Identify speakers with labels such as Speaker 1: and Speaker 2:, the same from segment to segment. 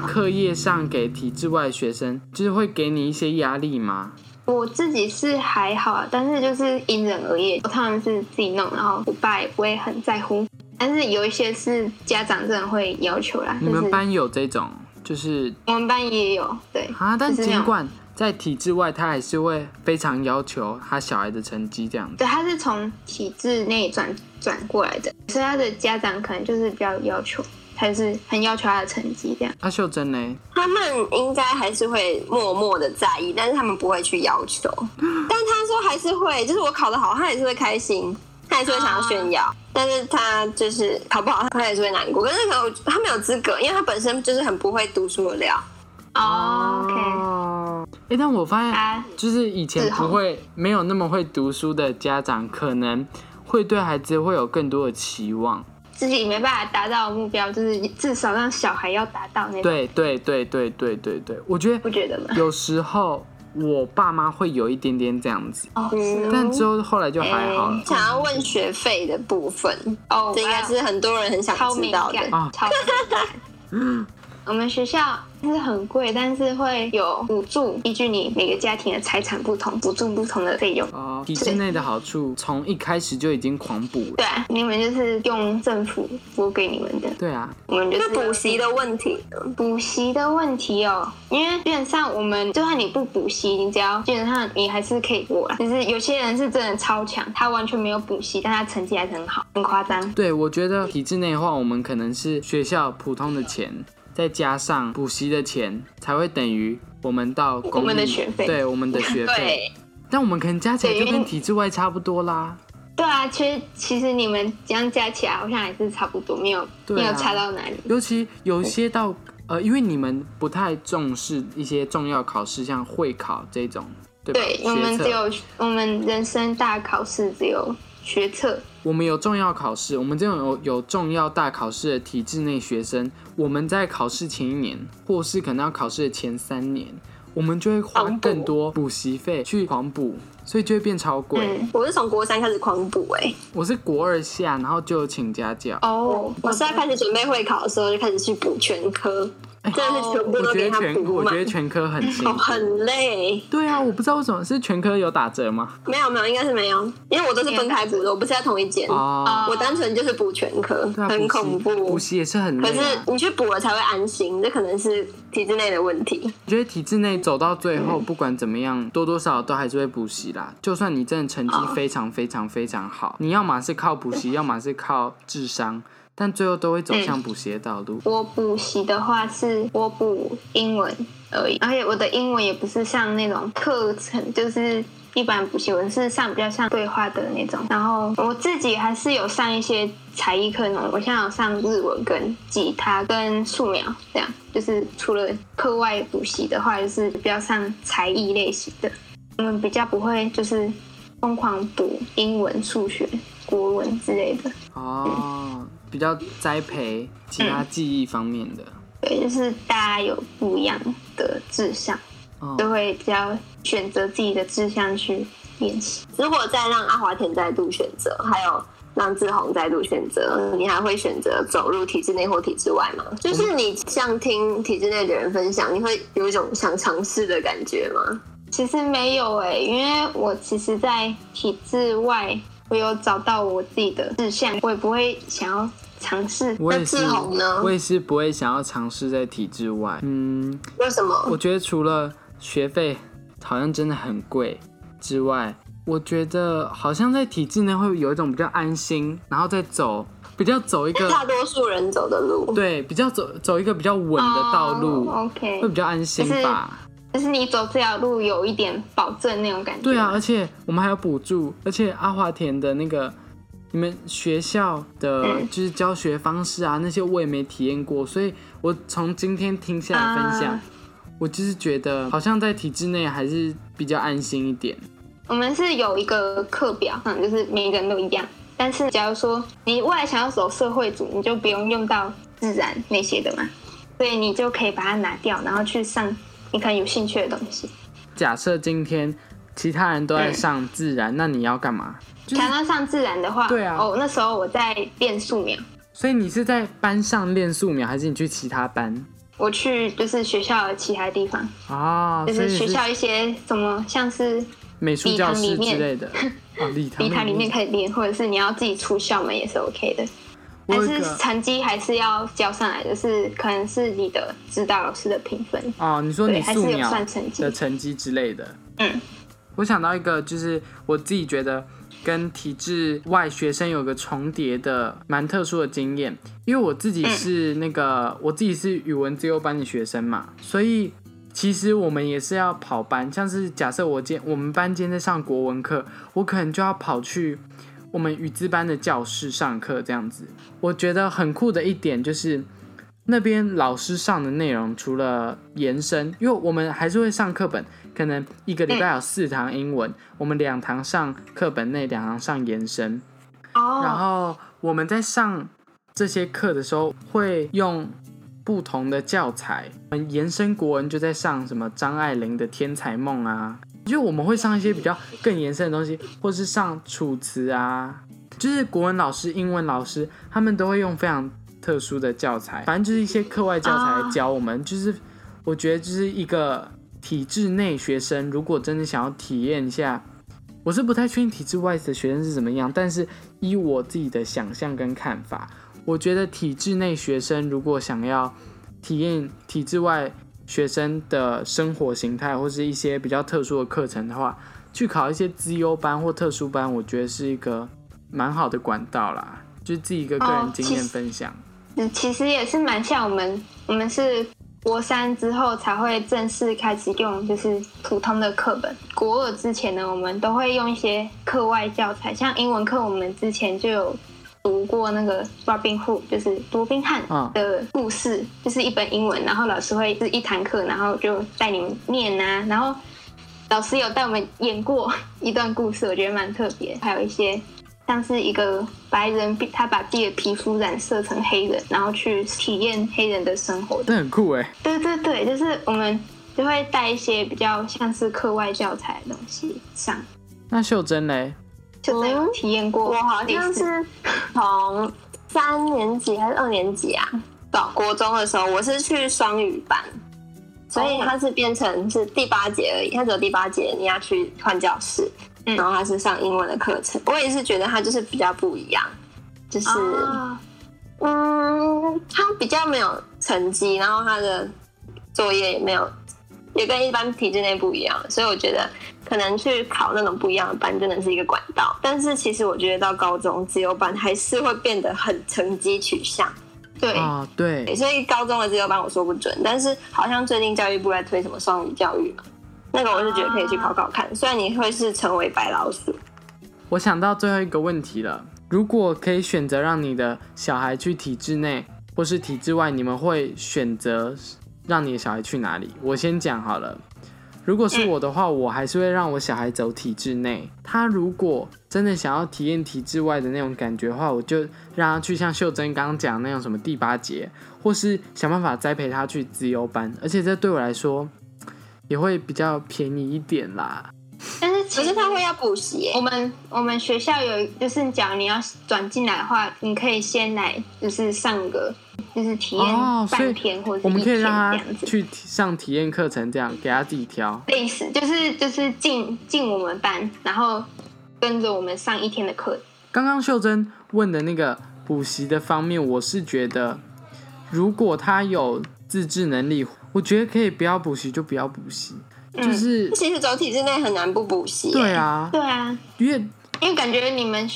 Speaker 1: 课业上给体制外学生，就是会给你一些压力吗？
Speaker 2: 我自己是还好，啊但是就是因人而异。他们是自己弄，然后我爸也不会很在乎。但是有一些是家长真的会要求啦。
Speaker 1: 你
Speaker 2: 就
Speaker 1: 们
Speaker 2: 是
Speaker 1: 班有这种，就是
Speaker 2: 我们班也有，对
Speaker 1: 啊，但
Speaker 2: 就是那
Speaker 1: 尽
Speaker 2: 种
Speaker 1: 管在体制外，他还是会非常要求他小孩的成绩这样子。
Speaker 2: 对，他是从体制内转转过来的，所以他的家长可能就是比较有要求，他就是很要求他的成绩这样。
Speaker 1: 那、秀珍呢？
Speaker 3: 他们应该还是会默默的在意，但是他们不会去 要求。但他说还是会，就是我考得好，他还是会开心，他还是会想要炫
Speaker 2: 啊
Speaker 3: 耀。但是他就是考不好，他还是会难过。可是可能我他没有资格，因为他本身就是很不会读书的料。
Speaker 2: 哦、o k
Speaker 1: 哦，哎，但我发现
Speaker 2: 啊，
Speaker 1: 就是以前
Speaker 2: 志
Speaker 1: 不
Speaker 2: 宏
Speaker 1: 会、没有那么会读书的家长，可能会对孩子会有更多的期望。
Speaker 2: 自己没办法达到的目标，就是至少让小孩要达到那种，
Speaker 1: 对对对对对对对，我觉
Speaker 2: 不
Speaker 1: 得
Speaker 2: 觉得吗？
Speaker 1: 有时候我爸妈会有一点点这样子，
Speaker 2: 哦，是
Speaker 3: 嗯
Speaker 2: 哦
Speaker 1: 但之后后来就还好了。
Speaker 3: 想要问学费的部分，
Speaker 2: 哦，
Speaker 3: 这应该是很多人很想
Speaker 2: 超
Speaker 3: 知
Speaker 2: 敏
Speaker 3: 道
Speaker 2: 感，
Speaker 3: 的。
Speaker 1: 啊
Speaker 2: 超敏感。我们学校是很贵，但是会有补助，依据你每个家庭的财产不同，补助不同的费用。
Speaker 1: 哦，体制内的好处从一开始就已经狂补了。
Speaker 2: 对啊，你们就是用政府拨给你们的，
Speaker 1: 对啊，
Speaker 2: 我们就是
Speaker 3: 那补习的问题呢，
Speaker 2: 补习的问题哦，因为基本上我们就算你不补习，你只要基本上你还是可以过啦。就是有些人是真的超强，他完全没有补习，但他成绩还是很好，很夸张。
Speaker 1: 对，啊我觉得体制内的话，我们可能是学校普通的钱，再加上补习的钱，才会等于我们到公立
Speaker 2: 我们的学费
Speaker 1: 对我们的 学费。
Speaker 3: 对，
Speaker 1: 但我们可能加起来
Speaker 2: 对
Speaker 1: 就
Speaker 2: 因
Speaker 1: 跟
Speaker 2: 为
Speaker 1: 体制外差不多啦。
Speaker 2: 对啊，其实其实你们这样加起来好像还是差不多，没有、
Speaker 1: 对啊
Speaker 2: 没有差到哪里。
Speaker 1: 尤其有一些到呃，因为你们不太重视一些重要考试，像会考这种，对吧？
Speaker 2: 对，
Speaker 1: 学
Speaker 2: 我们
Speaker 1: 测
Speaker 2: 只有我们人生大考试只有学测，
Speaker 1: 我们有重要考试，我们这种有有重要大考试的体制内学生，我们在考试前一年，或是可能要考试的前三年，我们就会花
Speaker 3: 狂补
Speaker 1: 更多补习费去狂补，所以就会变超贵。
Speaker 2: 嗯，
Speaker 3: 我是从国三开始狂补哎、
Speaker 1: 我是国二下，然后就有请家教，
Speaker 2: 哦，
Speaker 3: 我是在开始准备会考的时候就开始去补全科，
Speaker 1: 哎
Speaker 3: 真的是全部
Speaker 1: 我
Speaker 3: 都
Speaker 1: 觉
Speaker 3: 给
Speaker 1: 得
Speaker 3: 他
Speaker 1: 全
Speaker 3: 补
Speaker 1: 我觉得
Speaker 3: 满，
Speaker 1: 全科很辛
Speaker 3: 哦
Speaker 1: 苦。
Speaker 3: 很累。
Speaker 1: 对啊，我不知道为什么是全科有打折吗？
Speaker 3: 没有没有，应该是没有，因为我都是分开补的，我不是在同一间，
Speaker 1: 哦，
Speaker 3: 我单纯就是补全科，
Speaker 1: 对啊，
Speaker 3: 很
Speaker 1: 补习
Speaker 3: 恐
Speaker 1: 补
Speaker 3: 怖。
Speaker 1: 习也是很
Speaker 3: 可
Speaker 1: 累、
Speaker 3: 是
Speaker 1: 啊。
Speaker 3: 你去补了才会安心，这可能是体制内的问题。
Speaker 1: 我觉得体制内走到最后，不管怎么样，多多少少都还是会补习啦。就算你真的成绩非常非常非常好，你要么是靠补
Speaker 3: 嗯
Speaker 1: 习，要么是靠智商，但最后都会走向补习的道路。
Speaker 2: 我补习的话是我补英文而已，而且我的英文也不是像那种课程，就是一般补习，我是上比较像对话的那种。然后我自己还是有上一些才艺课呢，我现在有上日文、跟吉他、跟素描，这样就是除了课外补习的话，就是比较上才艺类型的。我们比较不会就是疯狂补英文、数学、国文之类的。
Speaker 3: 嗯
Speaker 1: 哦，比较栽培其他记忆方面的。
Speaker 2: 对，就是大家有不一样的志向，
Speaker 3: 嗯
Speaker 1: 哦，
Speaker 2: 都会比较选择自己的志向去练习。
Speaker 3: 如果再让阿华田再度选择，还有让志宏再度选择，你还会选择走入体制内或体制外吗？就是你像听体制内的人分享，你会有一种想尝试的感觉吗？
Speaker 2: 其实没有诶、因为我其实，在体制外，我有找到我自己的志向，我也不会想要尝试。
Speaker 1: 我也是
Speaker 3: 那志宏呢，
Speaker 1: 我也是不会想要尝试在体制外。嗯，
Speaker 3: 为什么？
Speaker 1: 我觉得除了学费好像真的很贵之外，我觉得好像在体制内会有一种比较安心，然后再走比较走一个
Speaker 3: 大多数人走的路，
Speaker 1: 对比较走走一个比较稳的道路，嗯
Speaker 2: o k
Speaker 1: 会比较安心吧？
Speaker 2: 哦就是你走这条路有一点保证那种感觉。
Speaker 1: 对啊，而且我们还有补助，而且阿华田的那个。你们学校的
Speaker 2: 嗯
Speaker 1: 就是教学方式啊，那些我也没体验过，所以我从今天听下来分享，
Speaker 2: 啊
Speaker 1: 我就是觉得好像在体制内还是比较安心一点。
Speaker 2: 我们是有一个课表，嗯，就是每个人都一样。但是，假如说你未来想要走社会组，你就不用用到自然那些的嘛，所以你就可以把它拿掉，然后去上你可能有兴趣的东西。
Speaker 1: 假设今天其他人都在上自然，那你要干嘛？就是
Speaker 2: 想要上自然的话，
Speaker 1: 对啊
Speaker 2: 哦，那时候我在练素描，
Speaker 1: 所以你是在班上练素描，还是你去其他班？
Speaker 2: 我去就是学校的其他地方，
Speaker 1: 啊，
Speaker 2: 就
Speaker 1: 所
Speaker 2: 是
Speaker 1: 以
Speaker 2: 学
Speaker 1: 是
Speaker 2: 校一些什么像是
Speaker 1: 美术
Speaker 2: 礼
Speaker 1: 教
Speaker 2: 堂
Speaker 1: 室
Speaker 2: 里
Speaker 1: 之
Speaker 2: 面
Speaker 1: 类 的啊，礼堂
Speaker 2: 礼堂里面可以练，或者是你要自己出校门也是 OK 的。
Speaker 1: 我
Speaker 2: 但
Speaker 1: 有一
Speaker 2: 是
Speaker 1: 个
Speaker 2: 成绩还是要交上来，就是可能是你的指导老师的评分。
Speaker 1: 哦，你说
Speaker 2: 对
Speaker 1: 你
Speaker 2: 还是
Speaker 1: 素
Speaker 2: 有
Speaker 1: 描
Speaker 2: 算成绩
Speaker 1: 的成绩之类的。
Speaker 2: 嗯，
Speaker 1: 我想到一个，就是我自己觉得跟体制外学生有个重叠的蛮特殊的经验，因为我自己是那个、我自己是语文自由班的学生嘛，所以其实我们也是要跑班，像是假设我今天我们班今天在上国文课，我可能就要跑去我们语资班的教室上课这样子。我觉得很酷的一点就是。那边老师上的内容除了延伸，因为我们还是会上课本，可能一个礼拜有四堂英文，我们两堂上课本内，两堂上延伸。然
Speaker 2: 哦，
Speaker 1: 后我们在上这些课的时候，会用不同的教材，嗯，延伸国文就在上什么张爱玲的《天才梦》啊，就我们会上一些比较更延伸的东西，或是上《楚辞》啊，就是国文老师、英文老师他们都会用非常特殊的教材，反正就是一些课外教材来
Speaker 2: 哦
Speaker 1: 教我们，就是我觉得就是一个体制内学生，如果真的想要体验一下。我是不太确定体制外的学生是怎么样，但是依我自己的想象跟看法，我觉得体制内学生如果想要体验体制外学生的生活形态，或是一些比较特殊的课程的话，去考一些资优班或特殊班，我觉得是一个蛮好的管道啦，就是自己一个个人
Speaker 2: 哦
Speaker 1: 经
Speaker 2: 其
Speaker 1: 验
Speaker 2: 实
Speaker 1: 分享。
Speaker 2: 嗯其实也是蛮像我们，我们是国三之后才会正式开始用，就是普通的课本。国二之前呢，我们都会用一些课外教材，像英文课，我们之前就有读过那个 Robin Hood，就是罗宾汉
Speaker 1: 嗯
Speaker 2: 的故事，就是一本英文，然后老师会是一堂课，然后就带你们念啊，然后。老师有带我们演过 一段故事，我觉得蛮特别。还有一些像是一个白人，他把自己的皮肤染色成黑人，然后去体验黑人的生活。
Speaker 1: 那很酷哎、
Speaker 2: 对对对，就是我们就会带一些比较像是课外教材的东西上，
Speaker 1: 那秀珍嘞？
Speaker 2: 就真
Speaker 1: 哦
Speaker 2: 有体验过。
Speaker 3: 我好
Speaker 2: 类
Speaker 3: 像
Speaker 2: 似
Speaker 3: 是从三年级还是二年级啊，到国中的时候，我是去双语班，所以它是变成是第八节而已，它只有第八节你要去换教室，
Speaker 2: 嗯
Speaker 3: 然后它是上英文的课程。我也是觉得它就是比较不一样，就是、
Speaker 2: 啊
Speaker 3: 嗯，它比较没有成绩，然后它的作业也没有，也跟一般体制内不一样，所以我觉得可能去考那种不一样的班真的是一个管道。但是其实我觉得到高中自由班还是会变得很成绩取向，
Speaker 2: 对，
Speaker 1: 啊，对，
Speaker 3: 所以高中的自由班我说不准，但是好像最近教育部在推什么双语教育嘛，那个我是觉得可以去考考看，虽然你会是成为白老鼠，
Speaker 1: 我想到最后一个问题了。如果可以选择让你的小孩去体制内或是体制外，你们会选择让你的小孩去哪里？我先讲好了。如果是我的话，我还是会让我小孩走体制内。他如果真的想要体验体制外的那种感觉的话，我就让他去像秀珍刚刚讲的那种什么第八节，或是想办法栽培他去资优班。而且这对我来说也会比较便宜一点啦。
Speaker 2: 但是
Speaker 3: 可
Speaker 2: 其
Speaker 3: 是
Speaker 2: 实
Speaker 3: 他会要补习耶、
Speaker 2: 我们我们学校有，就是假如你要转进来的话，你可以先来，就是上个就是体验
Speaker 1: 哦所以
Speaker 2: 半天或者
Speaker 1: 我
Speaker 2: 是
Speaker 1: 们
Speaker 2: 一
Speaker 1: 可以
Speaker 2: 天这
Speaker 1: 让他
Speaker 2: 样子。
Speaker 1: 去体上体验课程，这样给他自己挑。
Speaker 2: 类似，就是就是进进我们班，然后跟着我们上一天的课。
Speaker 1: 刚刚秀珍问的那个补习的方面，我是觉得，如果他有自制能力，我觉得可以不要补习就不要补习，
Speaker 2: 嗯
Speaker 1: 就是、
Speaker 3: 其实走体制内很难不补习耶、
Speaker 1: 对啊，
Speaker 2: 对啊，
Speaker 1: 因为
Speaker 2: 因为感觉你们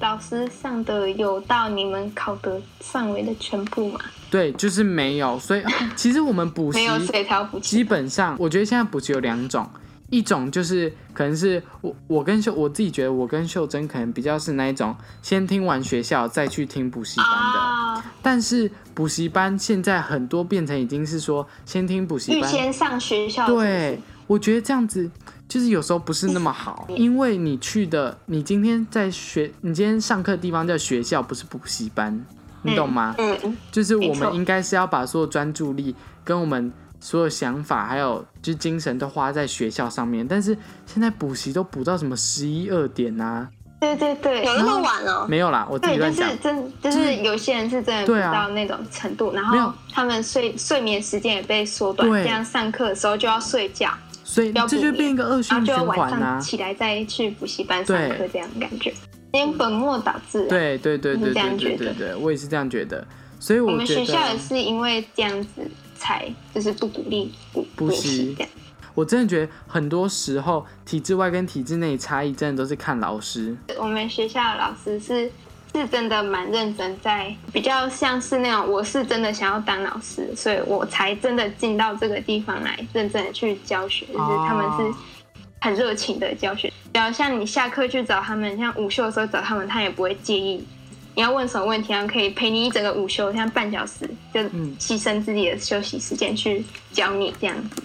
Speaker 2: 老师上的有到你们考的范围的全部嘛，
Speaker 1: 对就是没有，所以啊其实我们补习
Speaker 2: 没有所以才要补
Speaker 1: 基
Speaker 2: 习。
Speaker 1: 本上，我觉得现在补习有两种，一种就是可能是我我跟秀我自己觉得我跟秀珍可能比较是那一种，先听完学校再去听补习班的。
Speaker 2: 啊，
Speaker 1: 但是补习班现在很多变成已经是说先听补习
Speaker 2: 预
Speaker 1: 班，
Speaker 2: 先上学校
Speaker 1: 对，我觉得这样子就是有时候不是那么好，
Speaker 2: 嗯
Speaker 1: 因为你去的你今天在学，你今天上课的地方叫学校，不是补习班，你懂吗？
Speaker 3: 嗯，
Speaker 1: 就是我
Speaker 2: 没
Speaker 1: 们
Speaker 2: 错
Speaker 1: 应该是要把所有专注力跟我们所有想法，还有就是精神都花在学校上面。但是现在补习都补到什么十一二点啊，
Speaker 2: 对对对，
Speaker 3: 有那么晚哦？
Speaker 1: 没有啦，我自己
Speaker 2: 对，就
Speaker 1: 乱讲
Speaker 2: 是。真，就是有些人是真的不
Speaker 1: 对
Speaker 2: 知
Speaker 1: 啊
Speaker 2: 道那种程度，然
Speaker 1: 没有
Speaker 2: 后他们睡睡眠时间也被缩短，
Speaker 1: 对
Speaker 2: 这样上课的时候就要睡觉，
Speaker 1: 所以
Speaker 2: 要
Speaker 1: 这
Speaker 2: 补
Speaker 1: 就
Speaker 2: 眠
Speaker 1: 变一个恶
Speaker 2: 然
Speaker 1: 性
Speaker 2: 后就
Speaker 1: 循
Speaker 2: 晚
Speaker 1: 环
Speaker 2: 上
Speaker 1: 啊！
Speaker 2: 起来再去补习班上
Speaker 1: 对
Speaker 2: 课，这样的感觉，有点本末倒置啊。
Speaker 1: 对对对对
Speaker 2: 你是这
Speaker 1: 对
Speaker 2: 样
Speaker 1: 对
Speaker 2: 觉
Speaker 1: 对
Speaker 2: 得
Speaker 1: 对，我也是这样觉得。所以
Speaker 2: 我
Speaker 1: 我
Speaker 2: 们
Speaker 1: 觉
Speaker 2: 学校也
Speaker 1: 得，
Speaker 2: 是因为这样子才就是不鼓励补
Speaker 1: 补
Speaker 2: 补
Speaker 1: 习
Speaker 2: 习这样。
Speaker 1: 我真的觉得很多时候体制外跟体制内差异真的都是看老师。
Speaker 2: 我们学校的老师是是真的蛮认真在，比较像是那种我是真的想要当老师，所以我才真的进到这个地方来认真的去教学，就是他们
Speaker 1: 哦
Speaker 2: 是很热情的教学。然后像你下课去找他们，像午休的时候找他们，他也不会介意。你要问什么问题，他可以陪你一整个午休，像半小时，就
Speaker 1: 嗯
Speaker 2: 牺牲自己的休息时间去教你这样子。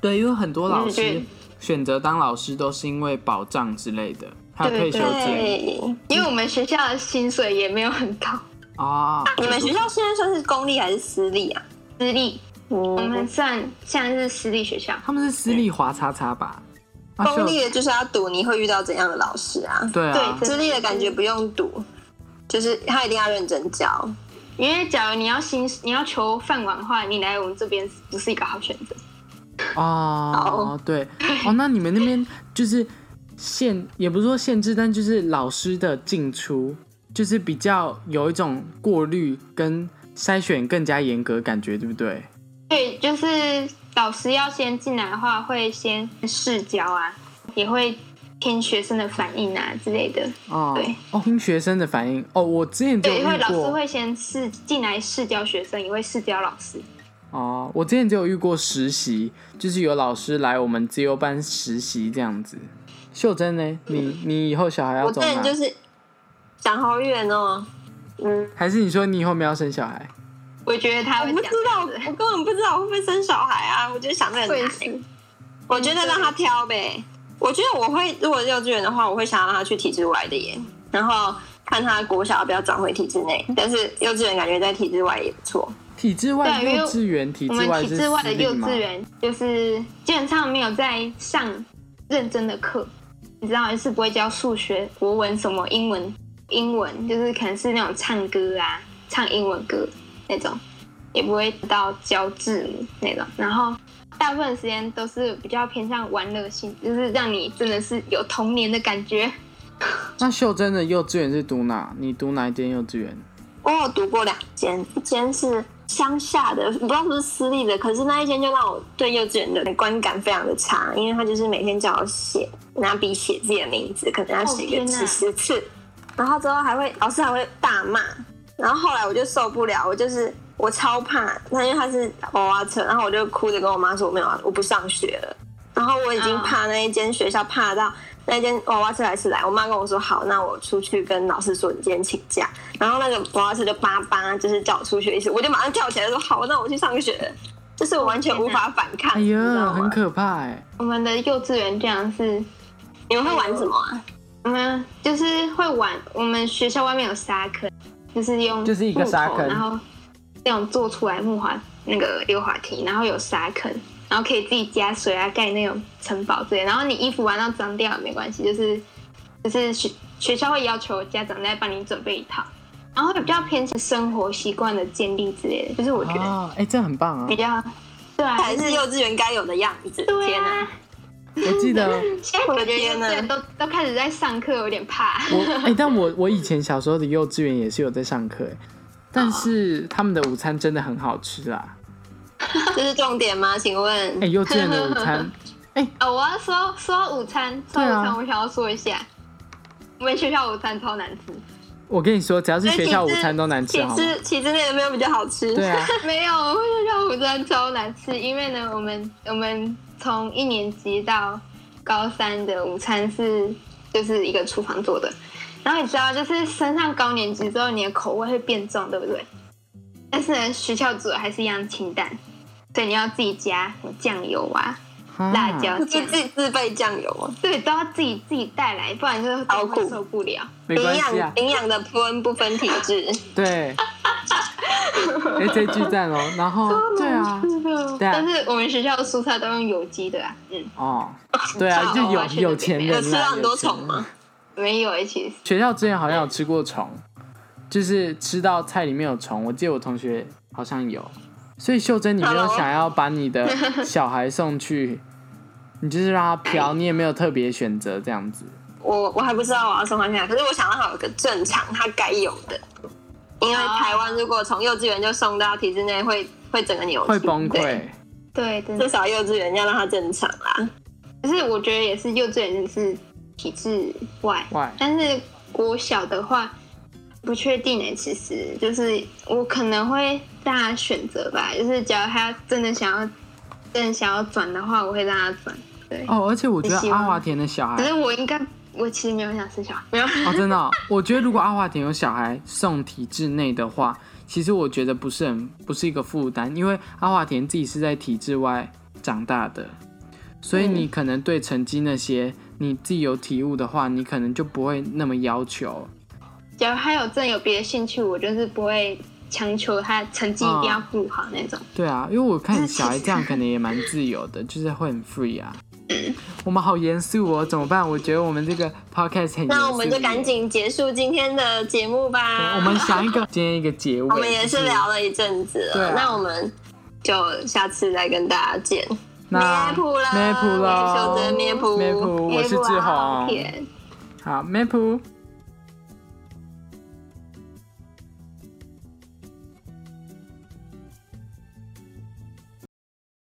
Speaker 1: 对，因为很多老
Speaker 2: 我是觉
Speaker 1: 师
Speaker 2: 得
Speaker 1: 选择当老师都是因为保障之类的，嗯还有退
Speaker 2: 对
Speaker 1: 休
Speaker 2: 对
Speaker 1: 金
Speaker 3: 对，
Speaker 2: 因为我们学校的薪水也没有很高，
Speaker 1: 啊。
Speaker 3: 你们学校现在算是公立还是私立啊？
Speaker 2: 私立我们
Speaker 3: 嗯，
Speaker 2: 算像是私立学校，
Speaker 1: 他们是私立华叉叉吧？啊
Speaker 3: 公
Speaker 1: 是
Speaker 3: 立
Speaker 1: 有
Speaker 3: 的就是要赌你会遇到怎样的老师啊，
Speaker 1: 对啊，
Speaker 2: 对
Speaker 3: 私立的感觉不用赌，就是他一定要认真教。
Speaker 2: 因为假如你要薪，你要求饭碗的话，你来我们这边不是一个好选择。
Speaker 1: 哦，对，哦，那你们那边就是限，也不是说限制，但就是老师的进出，就是比较有一种过滤跟筛选更加严格的感觉，对不对？
Speaker 2: 对，就是老师要先进来的话，会先试教啊，也会听学生的反应啊之类的。
Speaker 1: 哦
Speaker 2: 对，
Speaker 1: 哦，听学生的反应，哦，我之前就有
Speaker 2: 对，
Speaker 1: 遇
Speaker 2: 因为老师
Speaker 1: 过，
Speaker 2: 会先试进来试教学生，也会试教老师。
Speaker 1: 哦，我之前就有遇过实习，就是有老师来我们自由班实习这样子。秀珍呢？你你以后小孩要啊
Speaker 3: 我
Speaker 1: 走
Speaker 3: 这
Speaker 1: 哪
Speaker 3: 人？就是想好远哦，嗯，
Speaker 1: 还是你说你以后没有要生小孩？
Speaker 2: 我觉得他
Speaker 3: 哦我
Speaker 2: 会
Speaker 3: 不
Speaker 2: 讲
Speaker 3: 知道，我
Speaker 2: 这样子
Speaker 3: 根本不知道我会不会生小孩啊！ 我就想得很
Speaker 2: 会
Speaker 3: 难。
Speaker 2: 是
Speaker 3: 我觉得让他挑呗。我觉得我会，如果幼稚园的话，我会想要让他去体制外的耶，然后看他国小要不要转回体制内。但是幼稚园感觉在体制外也不错。
Speaker 1: 体制外
Speaker 2: 对因为
Speaker 1: 幼稚园，体
Speaker 2: 我
Speaker 1: 制外
Speaker 2: 们
Speaker 1: 是
Speaker 2: 体
Speaker 1: 私
Speaker 2: 制外的幼
Speaker 1: 立吗
Speaker 2: 稚园就是基本上没有在上认真的课，你知道吗就是不会教数学、国文什么英文，英文就是可能是那种唱歌啊，唱英文歌那种，也不会到教字母那种，然后。大部分时间都是比较偏向玩乐性，就是让你真的是有童年的感觉。
Speaker 1: 那秀珍的幼稚园是读哪？你读哪一间幼稚园？
Speaker 3: 我有读过两间，一间是乡下的，不知道是不是私立的，可是那一间就让我对幼稚园的观感非常的差，因为他就是每天叫我写，拿笔写自己的名字，可能要写
Speaker 2: 哦天
Speaker 3: 个
Speaker 2: 哪
Speaker 3: 几十次，然后之后还会老师还会大骂，然后后来我就受不了，我就是我超怕，那因为他是娃娃车，然后我就哭着跟我妈说我没有啊要，我不上学了，然后我已经
Speaker 2: 啊
Speaker 3: 怕那一间学校怕到。那一间娃娃车还是来，我妈跟我说好，那我出去跟老师说你今天请假，然后那个娃娃车就叭叭，就是叫我出去一次，我就马上跳起来说好，那我去上学了，就是我完全无
Speaker 2: 哦
Speaker 3: 法反抗，
Speaker 1: 哎
Speaker 3: 你知
Speaker 2: 啊
Speaker 1: 呀，
Speaker 3: 道
Speaker 1: 很
Speaker 3: 吗？
Speaker 1: 可怕哎！
Speaker 2: 我们的幼稚园这样是
Speaker 3: 你们会玩什么啊？
Speaker 2: 我们嗯就是会玩，我们学校外面有沙坑，就是用
Speaker 1: 就是一个沙坑
Speaker 2: 木头然后那种做出来木滑那个溜滑梯，然后有沙坑，然后可以自己加水啊，盖那种城堡之类的。然后你衣服玩到脏掉也没关系，就是就是学学校会要求家长再帮你准备一套，然后会比较偏向生活习惯的建立之类的，就是我觉得
Speaker 1: 啊，哎，这很棒 啊
Speaker 2: 比！较、对啊，
Speaker 3: 还是幼稚园该有的样子？
Speaker 2: 对
Speaker 3: 天哪
Speaker 2: 啊！，
Speaker 1: 啊我记得
Speaker 2: 现在感觉幼
Speaker 3: 天哪
Speaker 2: 稚园都都开始在上课，有点怕。
Speaker 1: 我哎，但我我以前小时候的幼稚园也是有在上课哎，但是他们的午餐真的很好吃啊！
Speaker 3: 这是重点吗？请问
Speaker 1: 哎，幼稚园的午餐
Speaker 2: 哦，我要说说到午餐，说到
Speaker 1: 对
Speaker 2: 午
Speaker 1: 啊
Speaker 2: 餐，我想要说一下，我们学校午餐超难吃，
Speaker 1: 我跟你说，只要是学校午餐都难吃，
Speaker 3: 体
Speaker 1: 好吗？
Speaker 3: 制体制内有没有比较好吃？
Speaker 1: 对啊，
Speaker 2: 没有， 我们学校午餐超难吃，因为呢，我们我们从一年级到高三的午餐是就是一个厨房做的，然后你知道，就是升上高年级之后，你的口味会变重，对不对？但是呢，学校煮的还是一样清淡，所以你要自己加什么酱油啊、
Speaker 1: 啊
Speaker 2: 辣椒
Speaker 3: 就
Speaker 2: 酱
Speaker 3: 自，己自备酱油啊，
Speaker 2: 对，都要自己自己带来，不然就是
Speaker 3: 好苦
Speaker 2: 会受不了。
Speaker 1: 没
Speaker 3: 营
Speaker 1: 关系啊
Speaker 3: 养，营养的分不分体制？
Speaker 1: 对。哎，这句赞哦，然后对啊，对啊
Speaker 2: 但是我们学校的蔬菜都用有机的啊，嗯，
Speaker 1: 哦，对啊，
Speaker 2: 好
Speaker 1: 就
Speaker 2: 我要去那
Speaker 1: 有有
Speaker 2: 边
Speaker 1: 钱人
Speaker 3: 有
Speaker 1: 啦
Speaker 3: 吃到很多
Speaker 1: 有钱
Speaker 3: 虫吗
Speaker 1: 人
Speaker 2: 没有诶，其实
Speaker 1: 学校之前好像有吃过虫，就是吃到菜里面有虫，我记得我同学好像有。所以秀珍，你没有
Speaker 3: Hello
Speaker 1: 想要把你的小孩送去， 你就是让他飘，你也没有特别选择这样子。
Speaker 3: 我我还不知道我要送他去哪，可是我想让他有个正常他该有的，因为
Speaker 2: 哦
Speaker 3: 台湾如果从幼稚园就送到体制内会会整个扭曲，
Speaker 1: 会崩
Speaker 3: 对。
Speaker 1: 溃。
Speaker 2: 对，真
Speaker 3: 至
Speaker 2: 的。
Speaker 3: 少幼稚园要让他正常啦。
Speaker 2: 可是我觉得也是幼稚园是体制外，
Speaker 1: 外
Speaker 2: 但是国小的话不确定诶，其实就是我可能会让他选择吧，就是假如他真的想要真的想要转的话，我会让他转。对，
Speaker 1: 哦，而且我觉
Speaker 2: 你喜
Speaker 1: 得
Speaker 2: 欢
Speaker 1: 阿华田的小孩
Speaker 2: 可是我应该我其实没有想生小孩，没有。
Speaker 1: 哦，真的哦、我觉得如果阿华田有小孩送体制内的话，其实我觉得不是很不是一个负担，因为阿华田自己是在体制外长大的，所以
Speaker 3: 嗯
Speaker 1: 你可能对成绩那些你自己有体悟的话，你可能就不会那么要求。
Speaker 2: 假如他有真的有别的兴趣，我就是不会强求他成绩一定要顾好那种。
Speaker 1: 对啊，因为我看
Speaker 2: 那
Speaker 1: 你
Speaker 2: 其
Speaker 1: 小孩
Speaker 2: 实
Speaker 1: 这样可能也蛮自由的，就是会很 free 啊。我们好严肃哦，怎么办？我觉得我们这个 podcast 很严肃耶。
Speaker 3: 那我们就赶紧结束今天的节目
Speaker 1: 嗯
Speaker 3: 吧。
Speaker 1: 对，我们想一个今天一个结尾。
Speaker 3: 我们也
Speaker 1: 就是
Speaker 3: 聊了一阵子
Speaker 1: 对
Speaker 3: 了，
Speaker 1: 啊
Speaker 3: 那我们就下次再跟大家见。
Speaker 1: 那
Speaker 3: 咩普啦
Speaker 1: 咩普
Speaker 3: 我是秀
Speaker 1: 喽，
Speaker 3: 珍咩普
Speaker 1: 咩普，我是志
Speaker 2: 好
Speaker 1: 宏。
Speaker 2: 甜
Speaker 1: 好，咩普，